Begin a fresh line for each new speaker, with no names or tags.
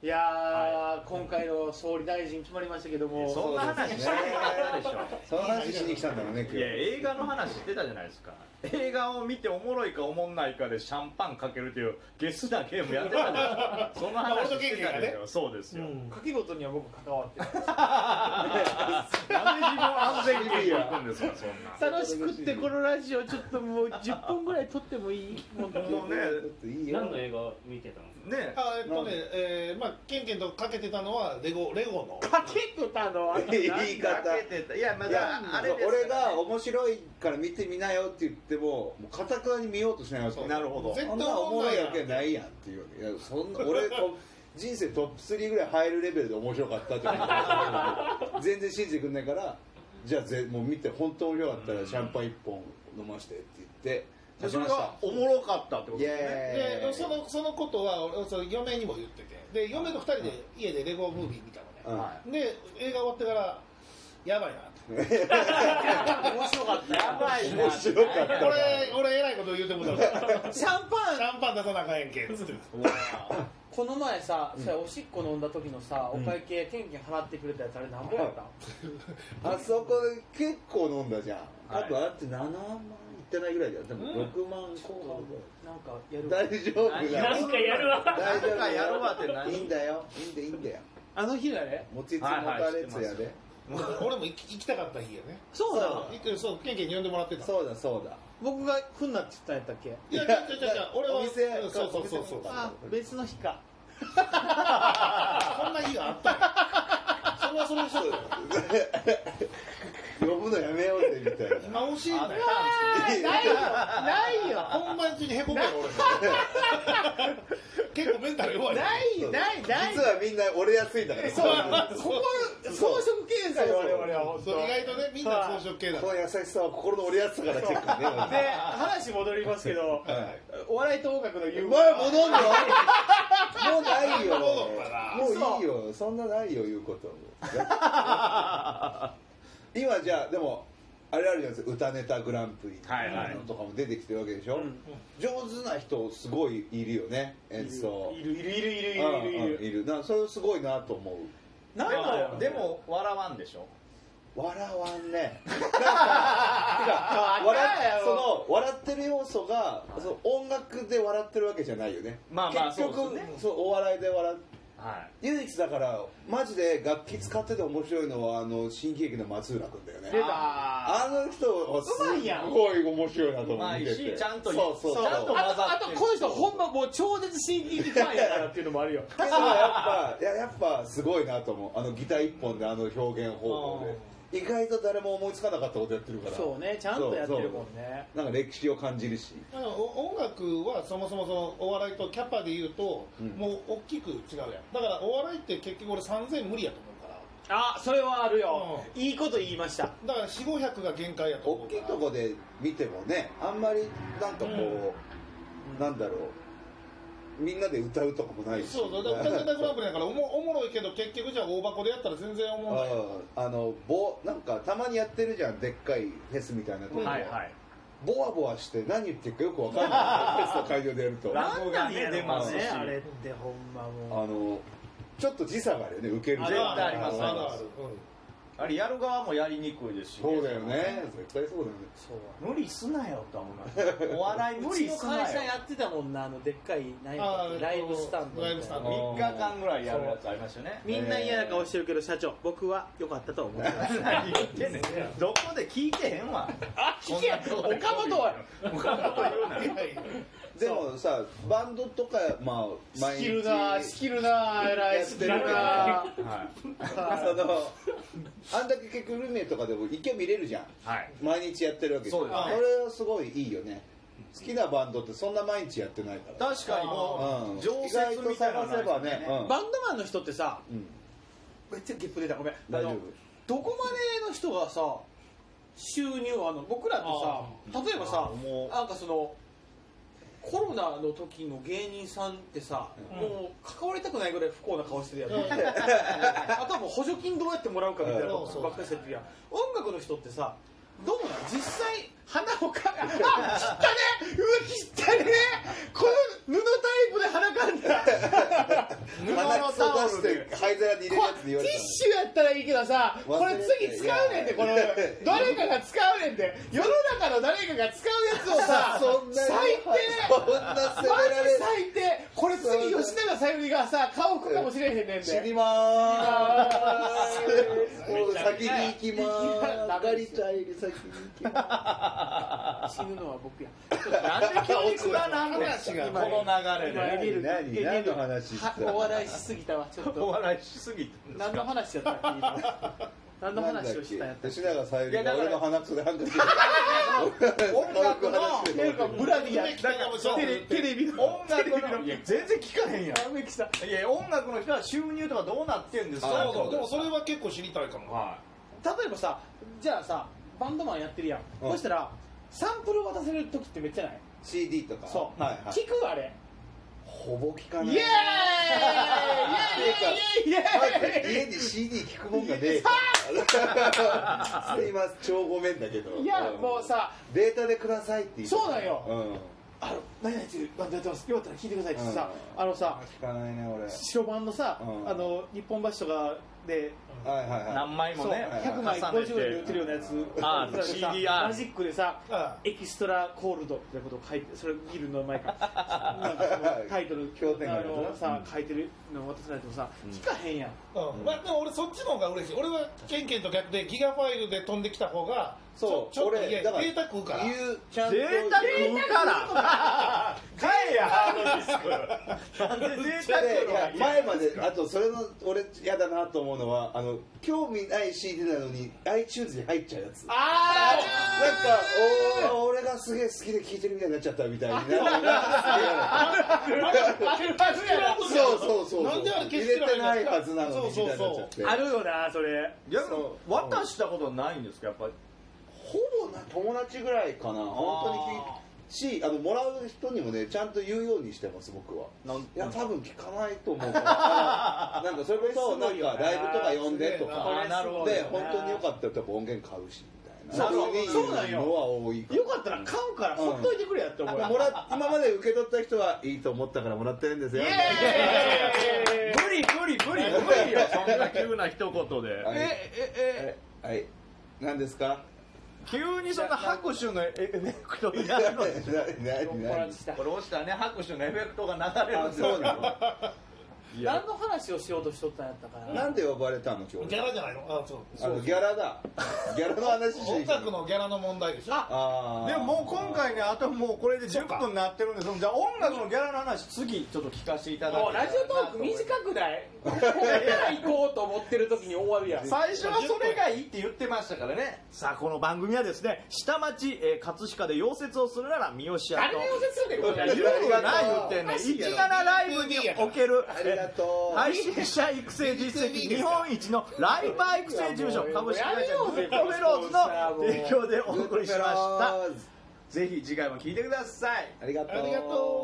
いやー、今回の総理大臣決まりましたけども、
そんな話してないでしょ
その話しに来たんだろうね今
いや
日
映画の話してたじゃないですか映画を見ておもろいかおもんないかでシャンパンかけるというゲスなゲームやってたでしょその話してたでしょそうですよ、
うん
書き事には僕関わってない
なんで自分安全圏に行くんですかそんな
楽しくってこのラジオちょっともう10分ぐらい撮ってもいいもんだ
もうね
ちょっといいよ
何の映画見てたんですか
ね
あえっとね、えーまあ、ケンケンとかけてたのはレゴレゴの
かけてたのは
言い方
かけてたいやま
いや
だあれですから
俺が面白いから見てみなよって言ってももうかたくなに見ようとしないわけ
なるほど
絶
そんな思いわけないやんっていうわけいやそんな俺と人生トップ3ぐらい入るレベルで面白かったってこと全然信じてくんないからじゃあぜもう見て本当面白かったらシャンパン1本飲ましてって言って
それがおもろかったってこと
イ
ですね
エー
で
イ
そのそのことは俺その嫁にも言っててで嫁と二人で家でレゴムービー見たのね、
うん
で映画終わってからやばいなって
面白かったやばい
面白かった
俺俺えらいこと言うてもうたから シャンパンシャンパン出さなあかんやんけっつって
この前さ、それおしっこ飲んだ時のさ、お会計天気払ってくれたやつあれ何本やった、
あそこで結構飲んだじゃん
はい
多分あって7万いってないぐらいじゃん多分
うん
6万後半ぐらい
なんかやる
大丈夫だよ
なんかやるわ
大丈夫
なんか
だ
や
よ
るわって何
いいんだよいいんだよいいんだよ
あの日だね
持ちつ持
はいはい
たれつや
知って
で
俺も行き行きたかった日やね
そうだ
行くそうケンケンに呼んでもらってた
そうだそうだ
僕が来んなって言ったんやったっけ
いやいやいやいやいや俺は
お店
うんそうそうそうそ
お
う
店
あ
あ別の日か
そんな日があったんやそれはそれはそうだよ
呼ぶのやめようぜみたいな
今欲しいんだよ
ないよないよ
本番中にへこむやろ俺結構メンタル弱い
ないよないない
実はみんな折れやすいんだから
そうなんです
そこ装飾系ですよ我々は本
そう意外とねみんな装飾系だ
この優しさは心の折れやすさから結構ね
当で話戻りますけど
はい
お笑いと音楽の融
お
合
前戻んのもうないよ
戻ったな
もういいよそんなないよ言うこと今じゃあでもあれあるじゃないですか歌ネタグランプリって
はいはい
いうのとかも出てきてるわけでしょ、
うん
上手な人すごいいるよね演奏
いるいるいるいるい
うんうん
るいるいる
いるなそれすごいなと思う
なんだよ
でも笑わんでしょ
笑わんね
あ
笑
あかんや
っ
ろ
その笑ってる要素がその音楽で笑ってるわけじゃないよね
まあまあ
結局
そうですね
そうお笑いで笑って
はい
唯一だからマジで楽器使ってて面白いのはあの新喜劇の松浦君だよね
出た
あ
あの人はす
うまいやん
ごい面白いなと
う
思っ
ま
て
い
て
しちゃんと
そうそうそう
ちゃんと
け
あとあとこの人ほんまもう超絶新劇ファンやからっていうのもあるよ
どやっぱいややっぱすごいなと思うあのギター一本であの表現方法で意外と誰も思いつかなかったことやってるから
そうねちゃんとやってるもんね
なんか歴史を感じるし
あのお音楽はそもそもそのお笑いとキャパで言うと、
うん
もう大きく違うやんだからお笑いって結局俺3000無理やと思うから
あそれはあるよいいこと言いました
だから4500が限界やと
大
思うか
き
ら
いとこで見てもねあんまりなんかこ
う
う、
ん
なんだろうみんなで歌うとかもないし
そうそうだから歌ネタグランプリだからおもおもろいけど結局じゃあ大箱でやったら全然おもろない
ああのぼなんかたまにやってるじゃんでっかいフェスみたいなとこ、
うん
はいはい
ボワボワして何言ってるかよくわかんないフェスの会場でやるとあ
落語がね出ますし
ねあれってほんまもう
のちょっと時差があるよね受ける
あ絶対あります
あるある
あれやる側もやりにくいですし
そうだよね絶対そうだよね
そう
無理すなよとは思い ますお笑いう無
ち
理
の
すなよ
会社やってたもんなあのでっかいなんやったっけ
あー
ライブスタンドみたいな
ライブスタンド
3日間ぐらいやるやつありましたよね
みんな嫌な顔してるけど社長僕は良かったと思ってます
何言ってんねんどこで聞いてへんわ
あ 聞け岡本は
岡本言うなよ
でもさバンドとかまあ毎
ス
日
キルなスキルな偉いスキルな
や
は
そのあんだけ結局ルミネとかでも一見見れるじゃん
いはい
毎日やってるわけ
そうです
ね
それはすごいいいよね好きなバンドってそんな毎日やってないから
確かにも
うん
う常設みたいなの
意外と探せばね
バンドマンの人ってさ
うん
めっちゃゲップ出たごめんあ
大丈
の
夫
どこまでの人がさ収入あの僕らってさ例えばさ
あーもう
なんかそのコロナの時の芸人さんってさ、
うん
もう関わりたくないぐらい不幸な顔してるやん、
うん
あとはもう補助金どうやってもらうかみたいな
うん
ことばっかりしてるやん音楽の人ってさどうなん実際花をかあ切ったねうわ切ったねこの布タイプで鼻かんだ
布
鼻
の
くそ
タオ
出し
ルで
て灰皿に入れるやつで言
こ
わ
う
れ
テ
た
ィッシュやったらいいけどさこれ次使うねんってこ
忘
の
れて
どれかが使うねんって世の中の誰かが使うやつをさ
そんなに
最低
そんな
マ
責めら
ジ
れ
最低これ次吉永小百合がさ顔置くかもしれへんねんで
死にまーすもう先に行きまーす流れちゃい先に行きま
死ぬのは僕やなんで教育がなんだ
話が
この流れ
今
で
エネルギー
何何何の話してたの
はお笑いしすぎたわちょっ
お
と
笑いしすぎて
何の話やったっけ今何
す
の話をしたんやったっけ
吉永小百合が俺の鼻くそでハンカチ
音楽の
なんかブラディア
テレテレビの音楽のいや全然聞かへんや
ダメきた
んいや音楽の人は収入とかどうなってんですか
そうそうでもそれは結構知りたいかも
は
例えばさじゃあさバンドマンやってるやん、
うん
そしたらサンプル渡せる時ってめっちゃない
CD とか
そう、
はいはい
聞くあれ
ほぼ聞か
イエ
な
ー
い
イイエーイイエーイイエーイ
家に CD 聞くもんがねえから すいません超ごめんだけど
いやもうさ
データでくださいって言って
そうなんよ
うん
あの何々っていうバンドやってますよかったら聞いてくださいってさ、
うん
あのさ
聞かないね俺
白番のさ、
うん
あの日本橋とかで、
はいはい
い
は
何枚もね
そう100枚
重ね
50
て
円で売ってるようなやつ
あー
それさ
CDR
マジックでさ
あ
エキストラコールドみたいなことを書いてそれギルの前からなんかそのタイトル
経典が
あ
あるな
のさ書いてるの渡さないとさ、聞かへんやん
うんまあでも俺そっちの方が嬉しい俺はケンケンと逆でギガファイルで飛んできた方が
い
ち
そ
ょち
う
ょっとい
俺
や
だから
データ食うから
言うちゃんと
から帰えやハードディスク
そ
なん
れ
で
でい
贅沢
や
の
前まであとそれの俺嫌だなと思うのはあの興味ない CD なのに iTunes に入っちゃうやつ
あ
なんかおー俺がすげえ好きで聴いてるみたいになっちゃったみたいになるのがすげえ嫌だそうそうそう
なんであれ
入
消
れ
して
て
な
ないい
の
はずなのにみたい
そうそう
にな
そう
っちゃって
あるよなそれ
逆に渡したことないんですかやっぱり
ほぼな友達ぐらいかな本当に聞いしあのもらう人にもねちゃんと言うようにしてます僕は
なん
いや多分聞かないと 思うからなんかそれこそなんかライブとか呼んでと
こ
か
あーなるほど
で本当によかったら多分音源買うしみたいな
そう
風に
そうなんよ
のは多いから
よかったら買うから
うん
ほっといてくれやって思う、
まあもら今まで受け取った人はいいと思ったからもらってるんですよ
イエーイ
無理無理無理無理よそんな急な一言で
はい
えええ
はい何で すか
急にそんな拍手のエエフェクトになるの
何何
酔っ払
何
ってきた
これ落ちたらね拍手のエフェクトが流れる
あ
んですよ
そうなの
いや
何の話をしようとしとったんやった か
なんで呼ばれたの今
ギ
日
ャラじゃないのあそう
あのギャラだギャラの話し
音
て
楽のギャラの問題でしょ
あ
あー
でももう今回ねあともうこれで10分になってるんですじゃあ音楽のギャラの話次ちょっと聞かせていた
ら
だき
もう
たい
ラジオトーク短くない ここから行こうと思ってる時に終わるやん
最初はそれがいいって言ってましたからねさあこの番組はですね下町、えー葛飾で溶接をするなら三好屋
誰
と
が寄せすんねんこれ
言うがない言ってんねん17ライブにおける
ありがとう
配信者育成実績日本一のライバー育成事務所株式会社グッドフェローズの提供でお送りしましたぜひ次回も聞いてください
ありがとう
ありがとう